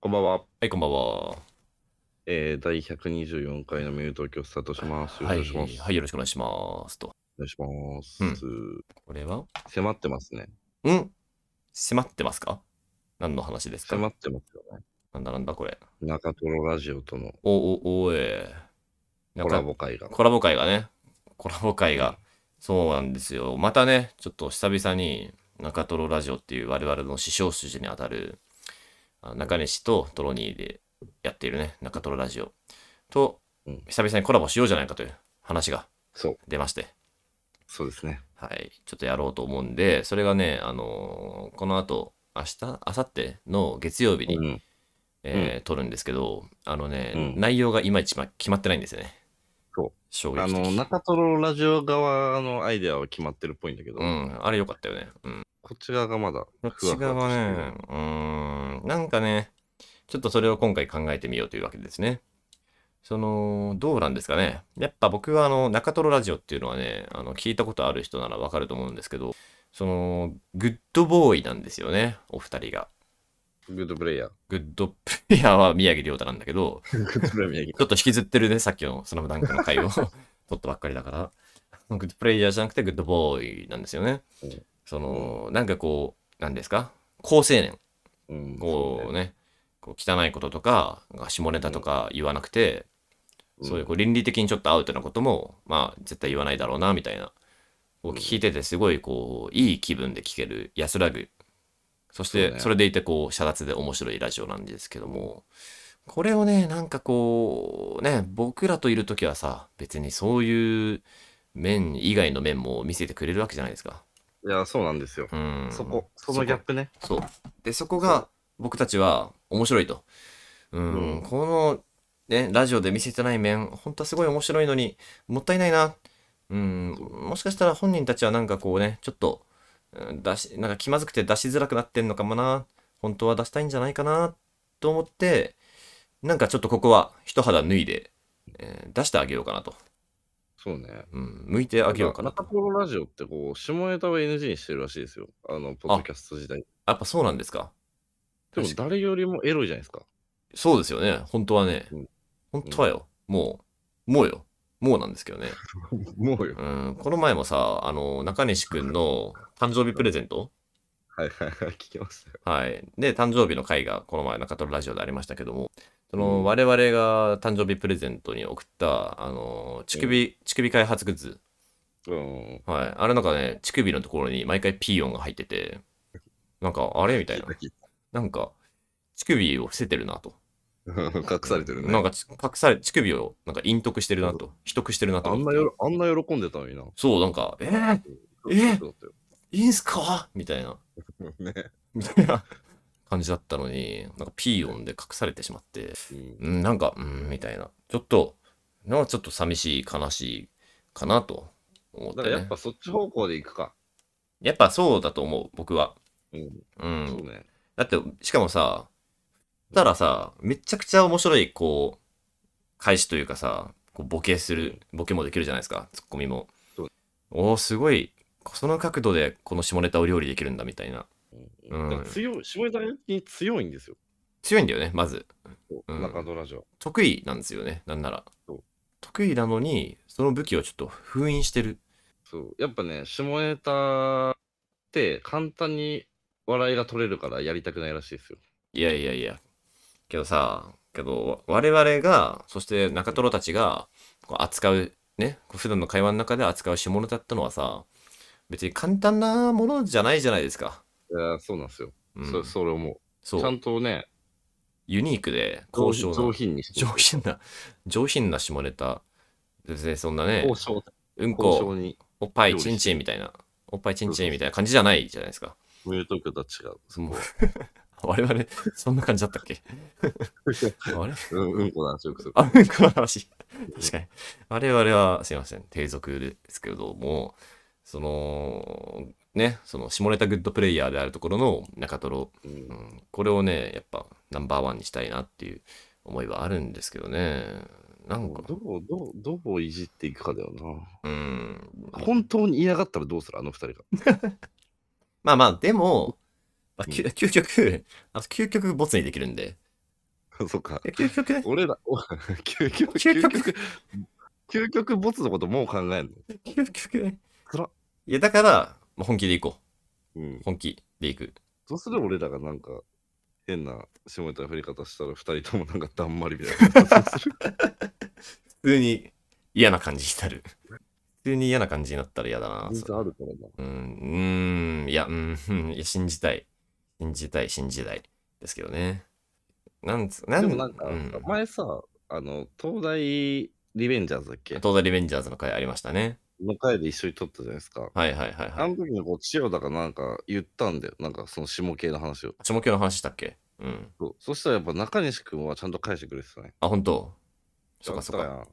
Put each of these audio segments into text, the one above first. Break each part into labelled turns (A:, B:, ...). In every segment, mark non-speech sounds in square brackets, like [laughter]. A: こんばんは。
B: はい、こんばんは。
A: えー、第124回のミュー東京スタートします。よろ
B: はい、
A: しくお願いします。
B: はい、よろしくお願いします。と。
A: お願いします、
B: これは
A: 迫ってますね。
B: ん迫ってますか何の話ですか
A: 迫ってますよね。
B: なんだなんだこれ。
A: 中トロラジオとの
B: お、お、おえ。なん
A: コ
B: か
A: ラボ会が。
B: コラボ会がね。コラボ会が。そうなんですよ。またね、ちょっと久々に中トロラジオっていう我々の師匠筋にあたるあ中西とトロニーでやっているね、中トロラジオと
A: うん
B: 久々にコラボしようじゃないかという話が
A: そう、
B: 出まして。
A: そうですね。
B: はい、ちょっとやろうと思うんで、それがね、あのーこの後、明日、明後日の月曜日
A: う
B: に、
A: ん。
B: えー撮るんですけど、あのね、
A: うん
B: 内容がいまいちま決まってないんですよね。
A: そう。
B: 衝
A: あ
B: 撃的。
A: の、中トロラジオ側のアイデアは決まってるっぽいんだけど、
B: うん、あれ良かったよね。うん。
A: こっち側がまだ
B: こっち側はね、うーん、なんかね、ちょっとそれを今回考えてみようというわけですね。その、どうなんですかね。やっぱ僕はあの、中トロラジオっていうのはね、あの、聞いたことある人ならわかると思うんですけど、その、グッドボーイなんですよね、お二人が。
A: グッドプレイ
B: [laughs]
A: ヤー。
B: グッドプレイヤーは宮城亮太なんだけど、 [laughs]
A: グッドプレイヤー
B: ちょっと引きずってるね、さっきのスラムダンクの回を撮ったばっかりだから。グッドプレイヤーじゃなくてグッドボーイなんですよね
A: うん。
B: その、なんかこう、なんですか高青年。
A: うん
B: こうね、こう汚いこととか、下ネタとか言わなくて、そういうこう倫理的にちょっとアウトなことも、まあ絶対言わないだろうな、みたいな。こう聞いててすごいこう、いい気分で聞ける安らぐ。そし
A: そう
B: て、
A: ね
B: それでいてこう、遮奪で面白いラジオなんですけども、これをね、なんかこう、ね、僕らといる時はさ、別にそういう面以外の面も見せてくれるわけじゃないですか。
A: いや、そうなんですよ。
B: うん。
A: そこ、そのギャップね。
B: そう。で、そこが僕たちは面白いと。うん、
A: うん
B: この、ね、ラジオで見せてない面、本当はすごい面白いのに、もったいないな。うん、もしかしたら本人たちはなんかこうね、ちょっと、うん出し、なんか気まずくて出しづらくなってんのかもな。本当は出したいんじゃないかな、と思って、なんかちょっとここは一肌脱いで、えー出してあげようかなと。
A: そうね。
B: うん、向いてあげようかな
A: 中
B: と。
A: トロラジオってこう、下ネタは NG にしてるらしいですよ。あの、ポッドキャスト時代。
B: やっぱそうなんですか。
A: でも誰よりもエロいじゃないですか。
B: そうですよね。本当はね
A: うん。
B: 本当はよ。もう、もうよ。もうなんですけどね。
A: [laughs] もうよ。
B: うん。この前もさ、あの、中西くんの誕生日プレゼント
A: はいはいはい、聞きましたよ。
B: はい。で、誕生日の会がこの前中トロラジオでありましたけども、そうの、
A: ん
B: 我々が誕生日プレゼントに送った、あの、乳首、乳首開発グッズ。
A: うん。
B: はい。あれなんかね、乳首のところに毎回ピーヨンが入ってて、なんか、あれみたいな。なんか、乳首を伏せてるなと。
A: 隠されてるね。
B: なんかち、隠され、乳首を、なんか、陰徳してるなと。秘匿してるなと
A: あ
B: 思っ
A: ん
B: て。
A: なよろあんな喜んでたのにな。
B: そう、なんか、えー、え
A: そうだっ
B: いいんすかみたいな、
A: たよね。
B: みたいな感じだったのに、なんかピー音で隠されてしまって、
A: うん
B: うん、なんか、うん、みたいな。ちょっと、なんかちょっと寂しい、悲しいかなと思っ
A: だか
B: て、ね。
A: ら
B: や
A: やっ
B: っぱ
A: ぱそっち方向で行くか。
B: そうだと思う、僕は。
A: うん。
B: う。
A: そうんね。
B: だって、しかもさ、たらさ、めちゃくちゃ面白い、こう、返しというかさ、こうボケする、ボケもできるじゃないですか、ツッコミも
A: そう。
B: おおすごい、その角度でこの下ネタを料理できるんだ、みたいな。うん
A: だから強い、下ネタに強いんですよ。
B: 強いんだよね、まず。うん
A: 中野ラジオ。
B: 得意なんですよね、なんなら
A: そう。
B: 得意なのに、その武器をちょっと封印してる。
A: そう。やっぱね、下ネタって簡単に笑いが取れるからやりたくないらしいですよ。
B: いやいやいや。けどさ、けど、我々が、そして中トロたちが、こう扱う、ね、こう普段の会話の中で扱う下ネタってのはさ、別に簡単なものじゃないじゃないですか。
A: いやーそうなんですよ。
B: うん
A: そそれ思。
B: そう
A: ちゃんとね、
B: ユニークで、
A: 上
B: 高
A: 品
B: 尚
A: 上
B: な、
A: 品にして
B: 上品な、上品な下ネタ。別にそんなね
A: 高、尚
B: うん
A: 高尚
B: こ、
A: に。
B: おっぱい、ちんちんみたいな、おっぱい、ちんちんみたいな感じじゃないじゃないですか。
A: ムートクとは違う。そ
B: [laughs]
A: こは
B: 我々、そんな感じだったっ
A: [laughs]
B: け [laughs] あれ
A: うん、うんこの話よくする。
B: あ、うんこの話。確かに。我々は、すいません、低俗ですけれども、その、ね、その、下ネタグッドプレイヤーであるところの中トロ、
A: うん
B: うん、これをね、やっぱ、ナンバーワンにしたいなっていう思いはあるんですけどね。なんか、
A: どう、どう、どういじっていくかだよな。
B: うん。
A: 本当に嫌がったらどうするあの二人が。
B: まあまあ、でも、まあ、
A: うん
B: 究究極、あ究極ボツにできるんで、
A: [laughs] そっか。
B: え究極ね。
A: 俺ら、お [laughs] 究極、
B: 究
A: 究
B: 極
A: 極、究極ボツのこともう考えんの。
B: 究極ね。
A: つら
B: いや、だから、もう本気で行こ
A: うん
B: う。。本気で行く。
A: どうする俺らがなんか、変な下ネタの振り方したら、二人ともなんかだんまりみたいな。
B: [laughs]
A: どうする
B: 普通に嫌な感じに
A: [laughs]
B: なる。普通に嫌な感じになったら嫌だな。
A: 全然あるからな。
B: うん、うーん、いや、うん、うんいや、信じたい。信じたい、信じたい。ですけどね。なんつ、な
A: でもなんか、
B: うん、
A: 前さ、あの、東大リベンジャーズだっけ
B: 東大リベンジャーズの回ありましたね。
A: の回で一緒に撮ったじゃないですか。
B: はいはいはいは
A: あ
B: い。
A: の時にこう、千代田がなんか言ったんだよ。なんかその下系の話を。
B: 下今日の話したっけうん。
A: そうそしたらやっぱ中西君はちゃんと返してくれてたね。
B: あ、本当そっかそっ
A: だ
B: か。
A: ら。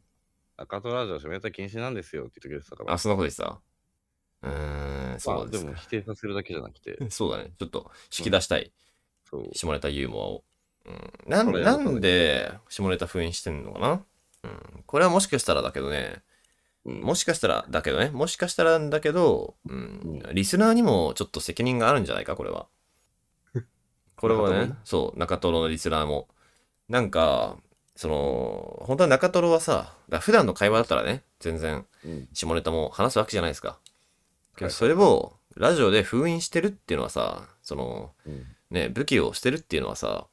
A: 赤トラジオは下ネタ禁止なんですよって言ってくれてたから。
B: あ、そんなことでした。うーん、
A: ま
B: そ
A: あ
B: う
A: で
B: ですか
A: も。否定させるだけじゃなくて、
B: [laughs] そうだね。ちょっと引き出したい。 [laughs]
A: そう。
B: 下ネタユーモアを。うん、なん
A: これやるた
B: な
A: めに
B: んで下ネタ封印してんのかな、うん、これはもしかしたらだけどね、
A: うん
B: もしかしたらだけどね、もしかしたらだけど、うん
A: う
B: リスナーにもちょっと責任があるんじゃないか、これ
A: [laughs]
B: は。これは
A: 中トロ
B: ね
A: ね、
B: そう、中トロのリスナーも。なんか、その、本当は中トロはさ、だから普段の会話だったらね、全然
A: うん
B: 下ネタも話すわけじゃないですか。け
A: は
B: ど
A: い
B: それをラジオで封印してるっていうのはさ、その、
A: うん
B: ね、武器をしてるっていうのはさ、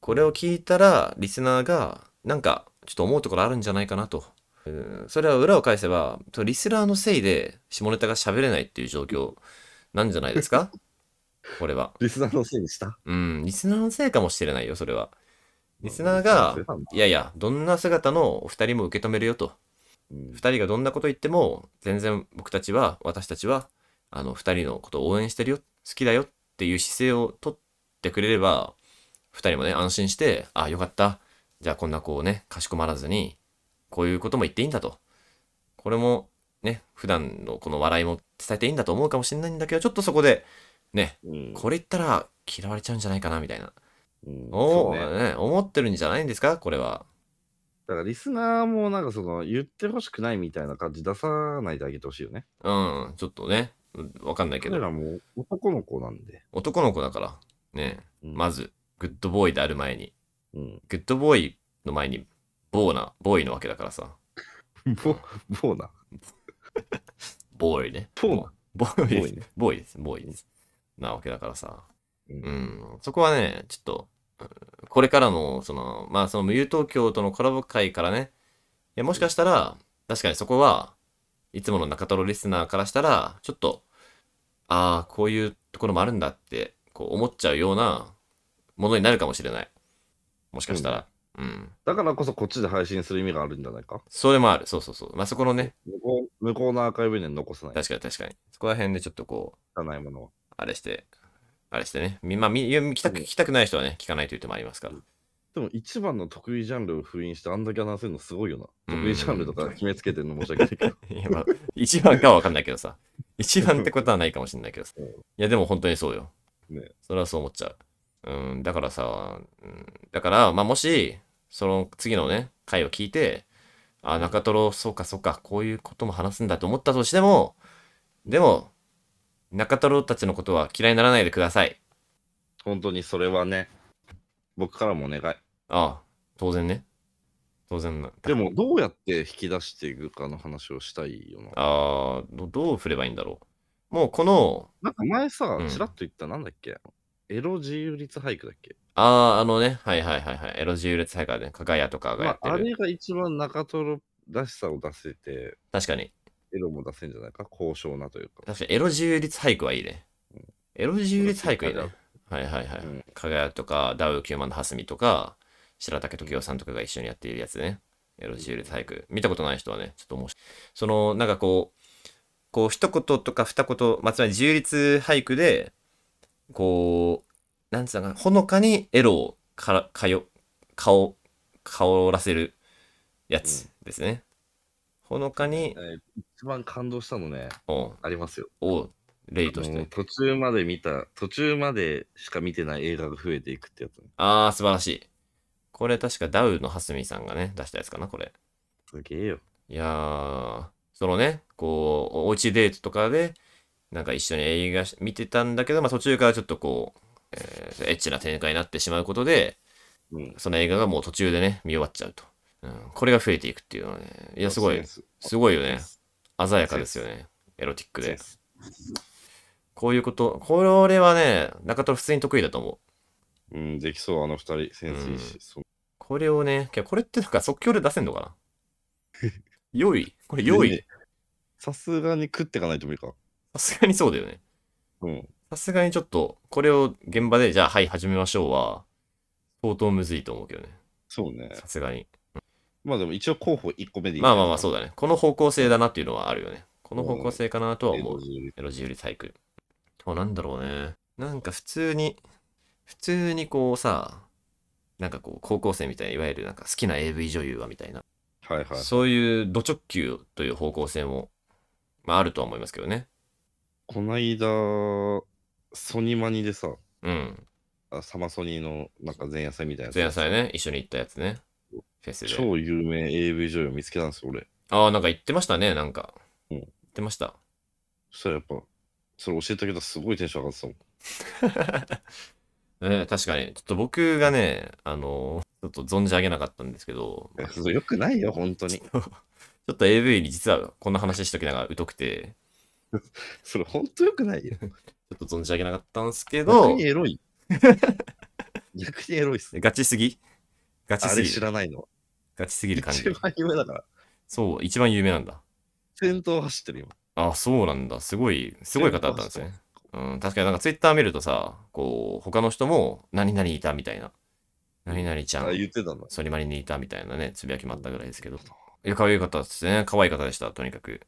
B: これを聞いたら、リスナーが、なんか、ちょっと思うところあるんじゃないかなと。うんそれは裏を返せば、そのリスナーのせいで、下ネタが喋れないっていう状況なんじゃないですかこれは。
A: リスナーのせいにした
B: うん、リスナーのせいかもしれないよ、それは。リスナーが
A: リスナのせいなんだ
B: いやいや、どんな姿のお二人も受け止めるよと。
A: うん
B: 二人がどんなこと言っても、全然僕たちは、私たちは、あの、二人のことを応援してるよ、好きだよっていう姿勢をとってくれれば、二人もね、安心して、あ、よかった。じゃあこんなこうね、かしこまらずに、こういうことも言っていいんだと。これも、ね、普段のこの笑いも伝えていいんだと思うかもしれないんだけど、ちょっとそこで、ね、
A: うん
B: これ言ったら嫌われちゃうんじゃないかな、みたいな。
A: うん
B: お
A: そう
B: お、
A: ね
B: ね、思ってるんじゃないんですかこれは。
A: だからリスナーもなんかその言ってほしくないみたいな感じ出さないであげてほしいよね。
B: うん、ちょっとね、うんわかんないけ
A: 彼
B: ど、
A: らも男の子なんで。
B: 男の子だから、ね、
A: うん
B: まず、グッドボーイである前に、 [laughs]
A: うん。
B: グッドボーイの前に、ボーな、ボーイのわけだからさ、
A: ボボーナ。
B: ボーイね。
A: ボーな
B: ボーイで
A: ボー
B: す
A: イね。
B: ボーイです、ボーイです。なわけだからさ、
A: う
B: うんん、そこはね、ちょっと、うんこれからの、その、まあ、その、無友東京とのコラボ会からね、いや、もしかしたら、確かにそこは、いつもの中トロリスナーからしたら、ちょっと、ああ、こういうところもあるんだって、こう思っちゃうようなものになるかもしれない。もしかしたら。うん。
A: だからこそこっちで配信する意味があるんじゃないか
B: それもある。そうそうそう。まあ、そこのね、
A: 向こう向こうのアーカイブには残さない。
B: 確かに確かに。そこら辺でちょっとこう、
A: 汚いものは。
B: あれして、あれしてね。みまあ、み聞きたく、聞きたくない人はね、聞かないという手もありますから。
A: でも一番の得意ジャンルを封印してあんだけ話せるのすごいよな。
B: うん
A: 得意ジャンルとか決めつけてるの申し訳ないけど。 [laughs]
B: いや、まあ、一番かは分かんないけどさ。一番ってことはないかもしれないけどさ。
A: うん
B: いや、でも本当にそうよ。
A: ね
B: それはそう思っちゃう。うん、だからさ、うん、だから、まあ、もし、その次のね、回を聞いて、あ、中トロ、そうかそうか、こういうことも話すんだと思ったとしても、でも、中トロたちのことは嫌いにならないでください。
A: 本当にそれはね、僕からもお願い。
B: ああ、当然ね。当然な。
A: でもどうやって引き出していくかの話をしたいよな。
B: ああ、どどう振ればいいんだろう。もうこの、
A: なんか前さ
B: うん、
A: ちらっと言ったなんだっけ、エロ自由律俳句だっけ
B: ああ、あのね、はいはいはいはい。エロ自由列ハイカーね、かがやとかがや
A: ま
B: って
A: あ、あ
B: る。
A: れが一番中トロらしさを出せて、
B: 確かに。
A: エロも出せんじゃないか高尚なというか。
B: 確かに、エロ自由律俳句はいいね。エロ自由律俳句いいね。はいはいは
A: う
B: い
A: ん。
B: かがやとか、ダウ9万の蓮見とか、白竹時代さんとかが一緒にやっているやつね。エロ自由律俳句。見たことない人はね、ちょっと面白い。その、なんかこう、こう、一言とか二言、まあ、つまり自由律俳句で、こう、なんつうのかな、ほのかにエロをから、かよ、顔、香らせるやつですね。ほのかに
A: え、ー一番感動したのね、
B: お
A: ありますよ。
B: を、例とし
A: あの
B: て。
A: 途中まで見た、途中までしか見てない映画が増えていくってやつね。
B: あー、素晴らしい。これ確かダウの蓮見さんがね、出したやつかな、これ。
A: すげえよ。
B: いやー、そのね、こう、おうちデートとかで、なんか一緒に映画し見てたんだけど、まあ途中からちょっとこう、えーエッチな展開になってしまうことで、
A: うん。
B: その映画がもう途中でね、見終わっちゃうと。うん、これが増えていくっていうのはね、い
A: い
B: や、すごい、
A: す
B: すごいよね。鮮やかですよね。エロティックで。こういうこと、これはね、中田普通に得意だと思
A: う
B: う。
A: ん、できそう、あの二人、センスいいし。そう
B: これをね、いやこれってなんか即興で出せんのかな用意これ用
A: 全
B: 意
A: 然さすがに食ってかないと無理か。
B: さすがにそうだよね。
A: うん。
B: さすがにちょっと、これを現場で、じゃあ、はい、始めましょうは、相当むずいと思うけどね。
A: そうね。
B: さすがに。
A: まあでも一応候補1個目でいい
B: まあまあまあ、そう
A: だ。
B: だね。この方向性だなっていうのはあるよね。この方向性かなとは
A: エ
B: 思
A: ゴ
B: う
A: ズ。ミ
B: メロジーよりサイクル。あ、なんだろうね。なんか普通に、普通にこうさ、なんかこう、高校生みたいな、いわゆるなんか好きな AV 女優はみたいな、
A: はいはい。
B: そういうド直球という方向性も、まああるとは思いますけどね。
A: こないだ、ソニマニでさ、
B: うん。
A: あサマソニのなんか前夜祭みたいなやつ
B: 前夜祭ね、一緒に行ったやつね。フェスで。
A: 超有名 AV 女優見つけたんですよ、俺。
B: ああ、なんか言ってましたね、なんか。
A: うん
B: 言ってました。
A: そしたらやっぱ、それ教えてあげたらすごいテンション上がってたもん。
B: ね、確かに。ちょっと僕がね、あのーちょっと存じ上げなかったんですけど、
A: いやそれよくないよ、本当に。
B: ちょっと AV に実はこんな話しときながら疎くて、
A: それ本当よくないよ。
B: ちょっと存じ上げなかったんですけ
A: 逆
B: ど
A: に、エロい。 [laughs] 逆にエロいっすね。
B: ガチすぎガチ
A: あ
B: す
A: れ
B: ぎ
A: 知
B: る。
A: らないの。
B: ガチすぎる感じ
A: 一。番有名だから。
B: そう、一番有名なんだ。
A: 先頭走ってるよ。
B: あ、そうなんだ。すごい、すごい方だったんですね。うん、確かになんか Twitter 見るとさ、こう、他の人も、何々いたみたいな。何々ちゃ
A: あ、言っ
B: ん、
A: てたんだ。
B: ソリマリにいたみたいなね、つぶやきもあったぐらいですけど。いや、可愛い方ですね。可愛い方でした、とにかく。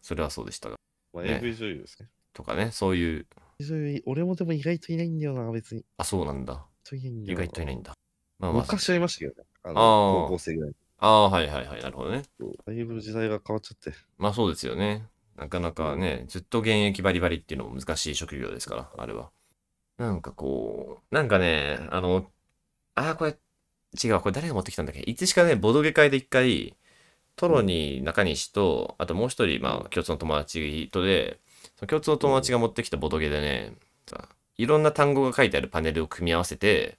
B: それはそうでしたが。
A: まあ、
B: ね
A: AV 女優ですね。
B: とかね、そういう、
A: AV 女優俺もでも意外といないんだよな、別に。
B: あ、そうなんだ。
A: 意外といないんだよな
B: 意外といないんだ。まあまあ、
A: 昔はいましたけどね。あの
B: あ
A: 高
B: ー
A: 校生ぐらい
B: ああ、はいはいはい、なるほどね。
A: の頃。だいぶ時代が変わっちゃって。
B: まあそうですよね。なかなかね、ずっと現役バリバリっていうのも難しい職業ですから、あれは。なんかこう、なんかね、あの、ああ、これ、違う、これ誰が持ってきたんだっけいつしかね、ボドゲ会で一回、トロに中西と、あともう一人、まあ共通の友達とで、その共通の友達が持ってきたボドゲでね、さいろんな単語が書いてあるパネルを組み合わせて、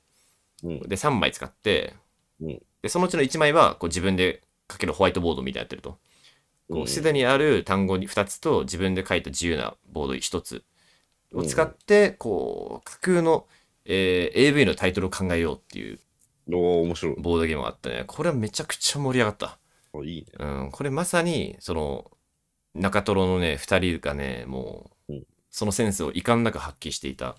A: うん
B: で、3枚使って、
A: うん
B: で、そのうちの1枚は、こう自分で書けるホワイトボードみたいなやってると。こうすでにある単語に2つと自分で書いた自由なボード1つを使ってこう架空の、えー AV のタイトルを考えようっていう
A: うんおー、面白い
B: ボードゲームがあってねこれはめちゃくちゃ盛り上がった、
A: お。いいね。
B: うん、これまさにその中トロのね2人がねもう
A: うん
B: そのセンスを遺憾なく発揮していた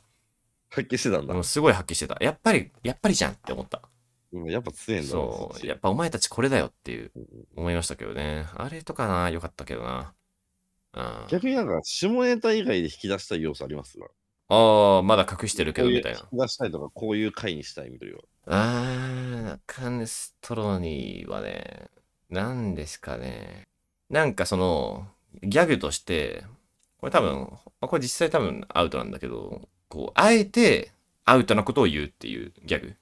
A: 発揮してたんだ
B: もう。すごい発揮してたやっぱりやっぱりじゃんって思った
A: うんやっぱ強いんだな
B: そ
A: っ
B: う
A: ち
B: やっぱお前たちこれだよっていう
A: うん
B: 思いましたけどねあれとかな良かったけどなうん
A: 逆になんか、下ネタ以外で引き出したい要素あります
B: ああ、まだ隠してるけど
A: こうう
B: みたいな。
A: 引き出したいとか、こういう回にしたいみたいな。
B: ああ、カネストロニーはね、何ですかね。なんかその、ギャグとして、これ多分、これ実際多分アウトなんだけど、こう、あえてアウトなことを言うっていう
A: [laughs]
B: ギャグ。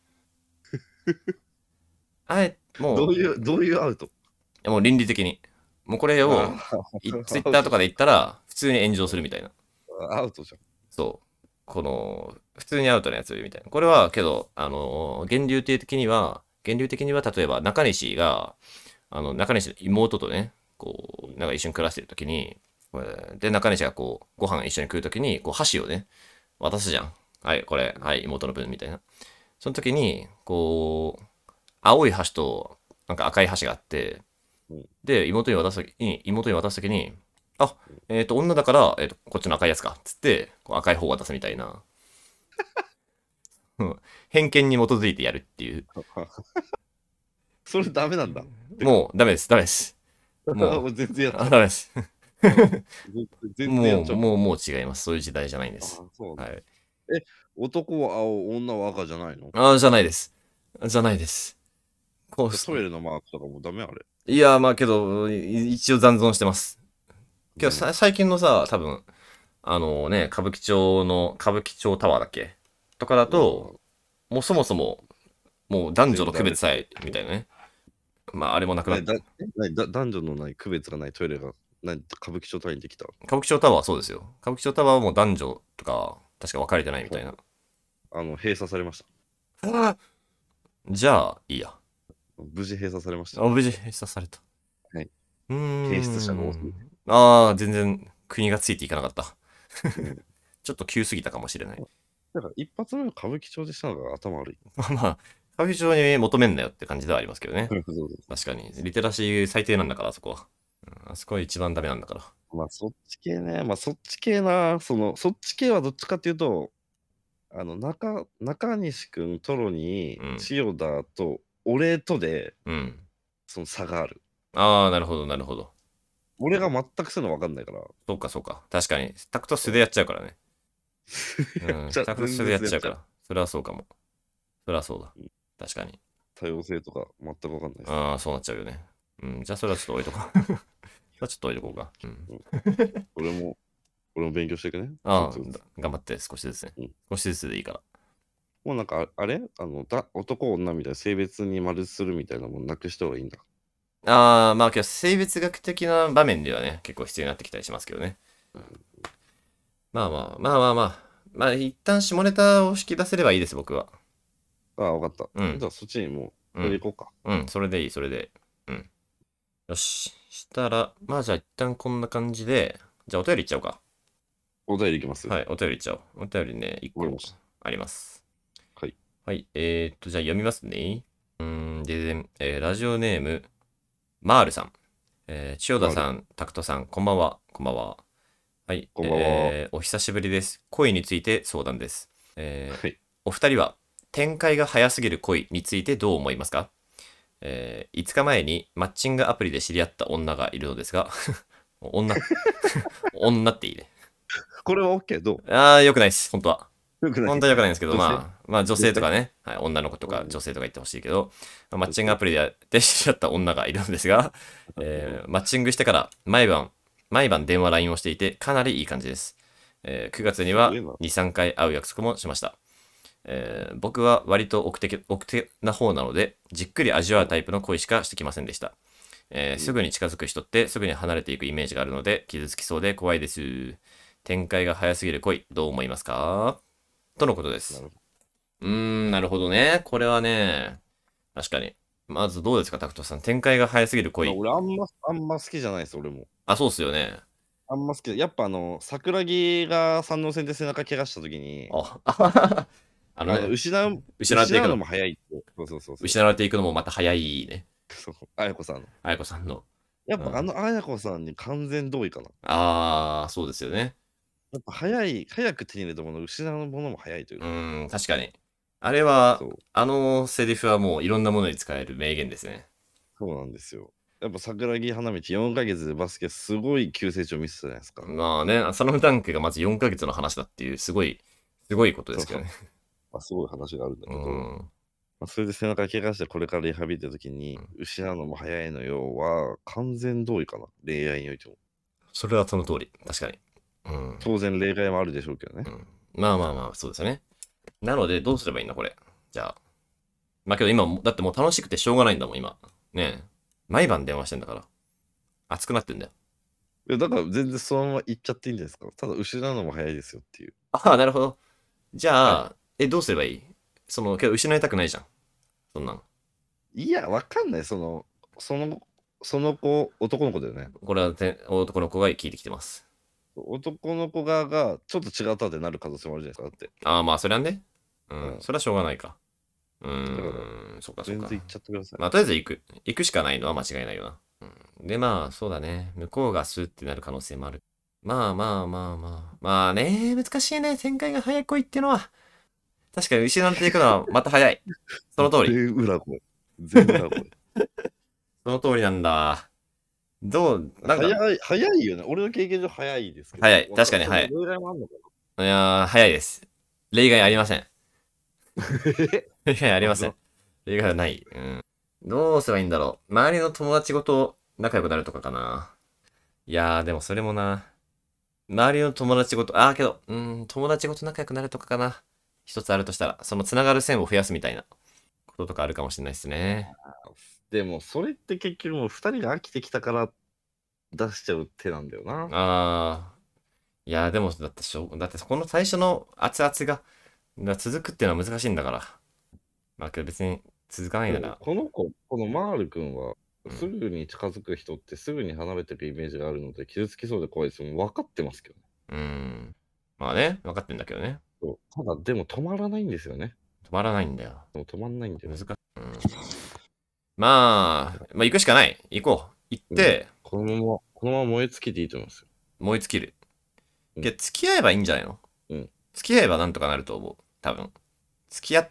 B: あえ、もう、
A: どういう、どういうアウト
B: もう倫理的に。もうこれを、いツイッター
A: か。
B: とかで言ったら、普通に炎上するみたいな。
A: アウトじゃん。
B: そう。この、普通にアウトなやつよりみたいな。これは、けど、あの、源流定的には、源流的には、例えば中西が、あの、中西の妹とね、こう、なんか一緒に暮らしてるときに、これで、中西がこう、ご飯一緒に食うときに、こう、箸をね、渡すじゃん。はい、これ、はい、妹の分、みたいな。その時に、こう、青い箸と、なんか赤い箸があって
A: うん、
B: で、妹に渡すときに、妹に渡すときに、あ、えっ、と、女だから、えーと、こっちの赤いやつか、つって、こう赤い方を渡すみたいな。 [laughs] うん偏見に基づいてやるっていう。
A: [laughs] それダメなんだ。
B: もう、ダメです、ダメです。
A: [laughs]
B: もう
A: 全然やっ
B: あ、
A: た。
B: ダメです。
A: 全然や
B: も
A: っちゃ
B: う、
A: う。
B: もう、もう違います。そういう時代じゃないんで
A: あ
B: す。
A: そうなんだ
B: はい。
A: 男は青、女は赤じゃないの
B: ああ、じゃないです。じゃないです。こう、
A: トイレのマークとかもダメあれ。
B: いや、まあけど、い一応残存してます。けどさ、最近のさ、多分、あのね、歌舞伎町の、歌舞伎町タワーだっけとかだと、もうそもそも、もう男女の区別さえ、みたいなね。まあ、あれもなくなっ
A: ね
B: た。
A: だえ何だ男女のない区別がないトイレが何歌舞伎町単位できた。
B: 歌舞伎町タワーはそうですよ。歌舞伎町タワーはもう男女
A: [laughs]
B: とか、確か分かれてないみたいな。
A: あの、閉鎖されました。
B: あじゃあ、いいや。
A: 無事閉鎖されました。
B: あ、無事閉鎖された。
A: はい。
B: うーん。
A: 提出者が多すぎて
B: ああ、全然国がついていかな
A: [laughs]
B: かった。ちょっと急すぎたかもしれない。
A: だから一発目の歌舞伎町でしたのが頭悪い。
B: まあまあ、歌舞伎町に求めんなよって感じではありますけどね。
A: [laughs] そうで
B: 確かに。リテラシー最低なんだから、あそこは。うんあそこは一番ダメなんだから。
A: すまあそっち系ね、まあそっち系な、そのそっち系はどっちかっていうと、あの中中西君、トロに
B: うん、
A: 千代田と俺とで
B: うん。
A: その差がある。
B: ああ、なるほど、なるほど。
A: 俺が全くそういうの分かんないから、
B: そうか、そうか。確かに。タクト素でやっちゃうからね。う
A: [laughs]
B: ん。
A: ちゃう
B: タクト素でやっちゃ
A: 全然やっ
B: うか
A: ちゃ
B: ら。それはそうかも。それはそうだ。確かに。
A: 多様性とか全く分かんないです。
B: ああ、そうなっちゃうよね。うん。じゃあ、それはちょっと置いとこ
A: [laughs]
B: う。それはちょっと置いとこうか。うん。
A: 俺も、俺も勉強していくね。
B: あ
A: そうそう
B: あ、頑張って、少しずつね
A: うん。
B: 少しずつでいいから。
A: もうなんかああれあのだ男女みたいな性別に丸するみたいなもんなくした方がいいんだ。
B: ああ、まあ、けど性別学的な場面ではね、結構必要になってきたりしますけどね。まあまあ、まあまあまあ。まあ、一旦下ネタを引き出せればいいです、僕は。
A: ああ、分かった。
B: うん
A: じゃあそっちにもう
B: うん
A: 取り行こうか。
B: うん、それでいい、それで。うん。よし。したら、まあじゃあ一旦こんな感じで、じゃあお便りいっちゃおうか。
A: お便りいきます。。
B: はいい、お便りいっちゃおう。お便りね、1
A: わかり
B: 個
A: ました
B: あります。
A: はい。
B: はい、えー、っと、じゃあ読みますね。うーん、で、でえーラジオネーム、マールさん。えー、千代田さん、タクトさん、こんばんは。こんばんは。はい、
A: こんばんは
B: えーお久しぶりです。恋について相談です。えー
A: はい、
B: お二人は展開が早すぎる恋についてどう思いますか、えー5日前にマッチングアプリで知り合った女がいるのですが [laughs] 女 [laughs] 女っていいね
A: これは OK どう
B: ああよくないです本当は
A: よくない
B: 本当はよくないんですけど
A: 女性
B: まあまあ女性とかね、はい、女の子とか女性とか言ってほしいけどまあマッチングアプリでで知り合った女がいるので
A: [laughs]
B: すが、えーマッチングしてから毎晩毎晩電話 LINE をしていてかなりいい感じです、えー9月には
A: すごいな
B: 23回会う約束もしました、えー僕は割と奥手奥手な方なのでじっくり味わうタイプの恋しかしてきませんでした、えーすぐに近づく人ってすぐに離れていくイメージがあるので傷つきそうで怖いです展開が早すぎる恋どう思いますかとのことで
A: な
B: す
A: るほ
B: うーんなるほどねこれはね確かにまずどうですかタクトさん展開が早すぎる
A: まあ
B: 恋
A: 俺あんま、あんま好きじゃないです、俺も。
B: あそうっすよね
A: あんま好きじゃやっぱあの、桜木が山王戦で背中怪我した時に、
B: [laughs] ああ
A: あ
B: のね、
A: の失う、
B: 失っていく
A: う
B: の
A: の
B: も
A: も早いって。そうそうそうそう。
B: 失われていくのもまた早いね
A: そう。あやこさんの。
B: あやこさんの
A: やっぱ、
B: うん
A: あのあやこさんに完全同意かな。
B: ああそうですよね
A: やっぱ早い、早く手に入れたもの、失うものも早いという
B: う
A: か。
B: ーん確かにあれは
A: そう
B: あのセリフはもういろんなものに使える名言ですね
A: そうなんですよ。やっぱ桜木花道4ヶ月でバスケすごい急成長見せたじゃないですか。
B: まあねサノムダンクがまず4ヶ月の話だっていうすごいすごいことですけどね
A: まあ、すごい話があるんだけ
B: う
A: ど、ま
B: ん
A: あ、それで背中怪我してこれからリハビリって時に、失うのも早いのよは完全同意かな。恋愛においても。
B: それはその通り確かにうん、
A: 当然例外もあるでしょうけどね。
B: うんまあまあまあそうですよねなのでどうすればいいんだこれじゃあまあけど今もだってもう楽しくてしょうがないんだもん今ねえ毎晩電話してんだから熱くなってんだよ
A: いやだから全然そのまま言っちゃっていいんじゃないですか。ただ失うのも早いですよっていう。
B: ああ、なるほど。じゃあ、え、どうすればいいその、けど失いたくないじゃん。そんなの。
A: いや、わかんない。その、その、その子、男の子だよね。
B: これはて男の子が聞いてきてます。
A: 男の子側がちょっと違ったってなる可能性もあるじゃないですか。だって、
B: ああ、まあ、それはね。うん、
A: うん
B: それはしょうがないか。う
A: だ
B: ーん、そっかそっ
A: 全
B: か
A: 然。言っちゃってください。
B: まあ、とりあえず行く。行くしかないのは間違いないよな。うん、で、まあ、そうだね。向こうがスーってなる可能性もある。まあまあまあまあ。まあね、難しいね。展開が早いいってのは。確かに失っていくのはまた早い。その通り。
A: 全裏声。全裏声。
B: その通りなんだ。どう、 [laughs] なんか。
A: 早い、早いよね。俺の経験上早いですけど。
B: 早い確かに
A: わんな
B: 早い
A: それぐらもあんのか
B: いやー、早いです。例外ありません。 [laughs] 例外ありません。例外はない。うん。どうすればいいんだろう。周りの友達ごと仲良くなるとかかな。いやー、でもそれもな。周りの友達ごと、あーけど、うん、友達ごと仲良くなるとかかな。一つあるとしたら、そのつながる線を増やすみたいなこととかあるかもしれないですね。
A: なでも、それって結局もう二人が飽きてきたから出しちゃう手なんだよな。
B: あー。いやー、でも、だってしょ、だってそこの最初の熱々が、が続くっていうのは難しいんだから。まあけど別に、続かないなら。
A: この子、このマール君は
B: うん、
A: すぐに近づく人ってすぐに離れていくイメージがあるので、傷つきそうで怖いです。もう分かってますけどね。
B: うん。まあね、分かってんだけどね。
A: そうただ、でも止まらないんですよね。
B: 止まらないんだよ。
A: もう止まんないんだよ
B: 難。しい。うんまあ、まあ行くしかない。行こう。行って、
A: このまま、このまま燃え尽きていいと思いますよ。
B: 燃え尽きる。
A: うん
B: けど付き合えばいいんじゃないの、
A: うん
B: 付き合えばなんとかなると思う。多分。付き合っ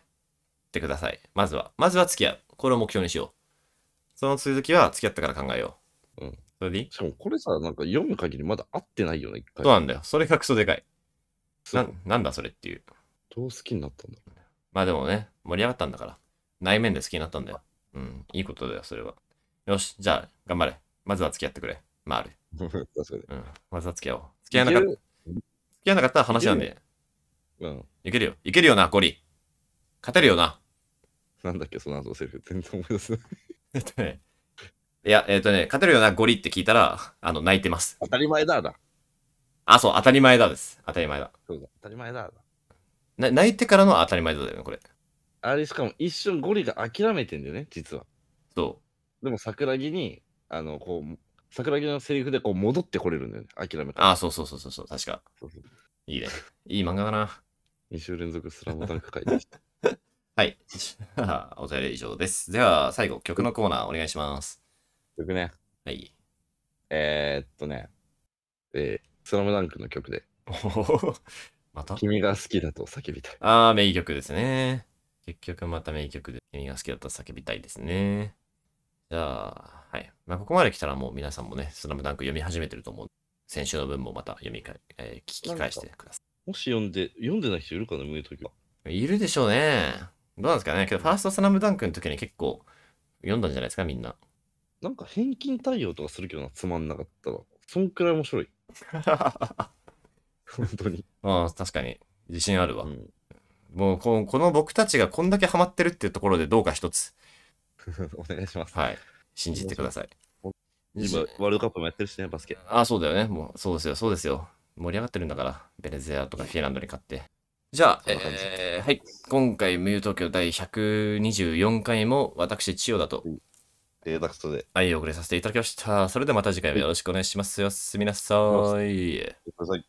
B: てください。まずは。まずは付き合う。これを目標にしよう。その続きは付き合ってから考えよう。
A: うん。
B: それでいい
A: しかもこれさ、なんか読む限りまだ合ってないよね、一回。
B: そうなんだよ。それがクソでかい。
A: そ
B: な
A: う、
B: なんだそれっていう。
A: どう好きにな
B: [laughs]
A: ったんだろ
B: まあでもね、盛り上がったんだから。内面で好きになったんだよ。うん。いいことだよ、それは。よし、じゃあ、頑張れ。まずは付き合ってくれ。まあある。
A: う。確かに。
B: うん。まずは付き合おう。付き合わなかっ
A: いけ
B: た
A: る
B: 付き合わなかったら話なんで。
A: うん。
B: いけるよ。いけるよな、ゴリ。勝てるよな。
A: なんだっけ、その後のセリフ。全然思い出せない。
B: えっとねいや、えっ、とね、勝てるよな、ゴリって聞いたら、あの、泣いてます。
A: 当たり前だだ。
B: あ、そう、当たり前だです。当たり前だ。
A: そうだ、当たり前だだ。
B: な泣いてからの当たり前だよね、これ。
A: あれ、しかも一瞬ゴリが諦めてんだよね、実は。
B: そ
A: でも桜木に、あの、こう、桜木のセリフでこう戻ってこれるんだよね、諦め
B: う。
A: た。
B: あ、そうそうそうそうそう、確か。
A: そうそう
B: いいね。いい漫画だな。
A: 2週連続スラムダンク書いてきた。
B: はい。 [laughs] お便り以上です。では、最後、曲のコーナーお願いします。
A: 曲ね、 [laughs]
B: はい。
A: えー、っとね、えー、スラムダンクの曲で、
B: おーまた
A: 君が好きだと叫びたい。
B: ああ、名曲ですね。結局また名曲で君が好きだったら叫びたいですね。じゃあ、はい。まあ、ここまで来たらもう皆さんもね、スラムダンク読み始めてると思う。先週の分もまた読みかえ、えー聞き返してくださ
A: もし読んで、読んでない人いるかな、胸の時は。
B: い。いるでしょうね。どうなんですかね。けど、ファーストスラムダンクの時に結構読んだんじゃないですか、みんな。
A: なんか返金対応とかするけどな、つまんなかったら。そんくらい面白い。
B: あ
A: 本当に。
B: あ、確かに。自信ある
A: [laughs]
B: わ。
A: うん。 [laughs]
B: もうこの、この僕たちがこんだけハマってるっていうところでどうか一つ、
A: お願いします。
B: はい。信じてください。
A: 今、ワールドカップもやってるしね、バスケ。
B: あ、そうだよね。もう、そうですよ、そうですよ。盛り上がってるんだから、ベネズエラとかフィンランドに勝って。じゃあ、
A: そんな感じ
B: えーはい。今回、無友東京第124回も、私、千代田と
A: えー、ダクトで。
B: 愛をお送りさせていただきました。それではまた次回もよろしくお願いします。おやすみなさ
A: お
B: い。
A: ください。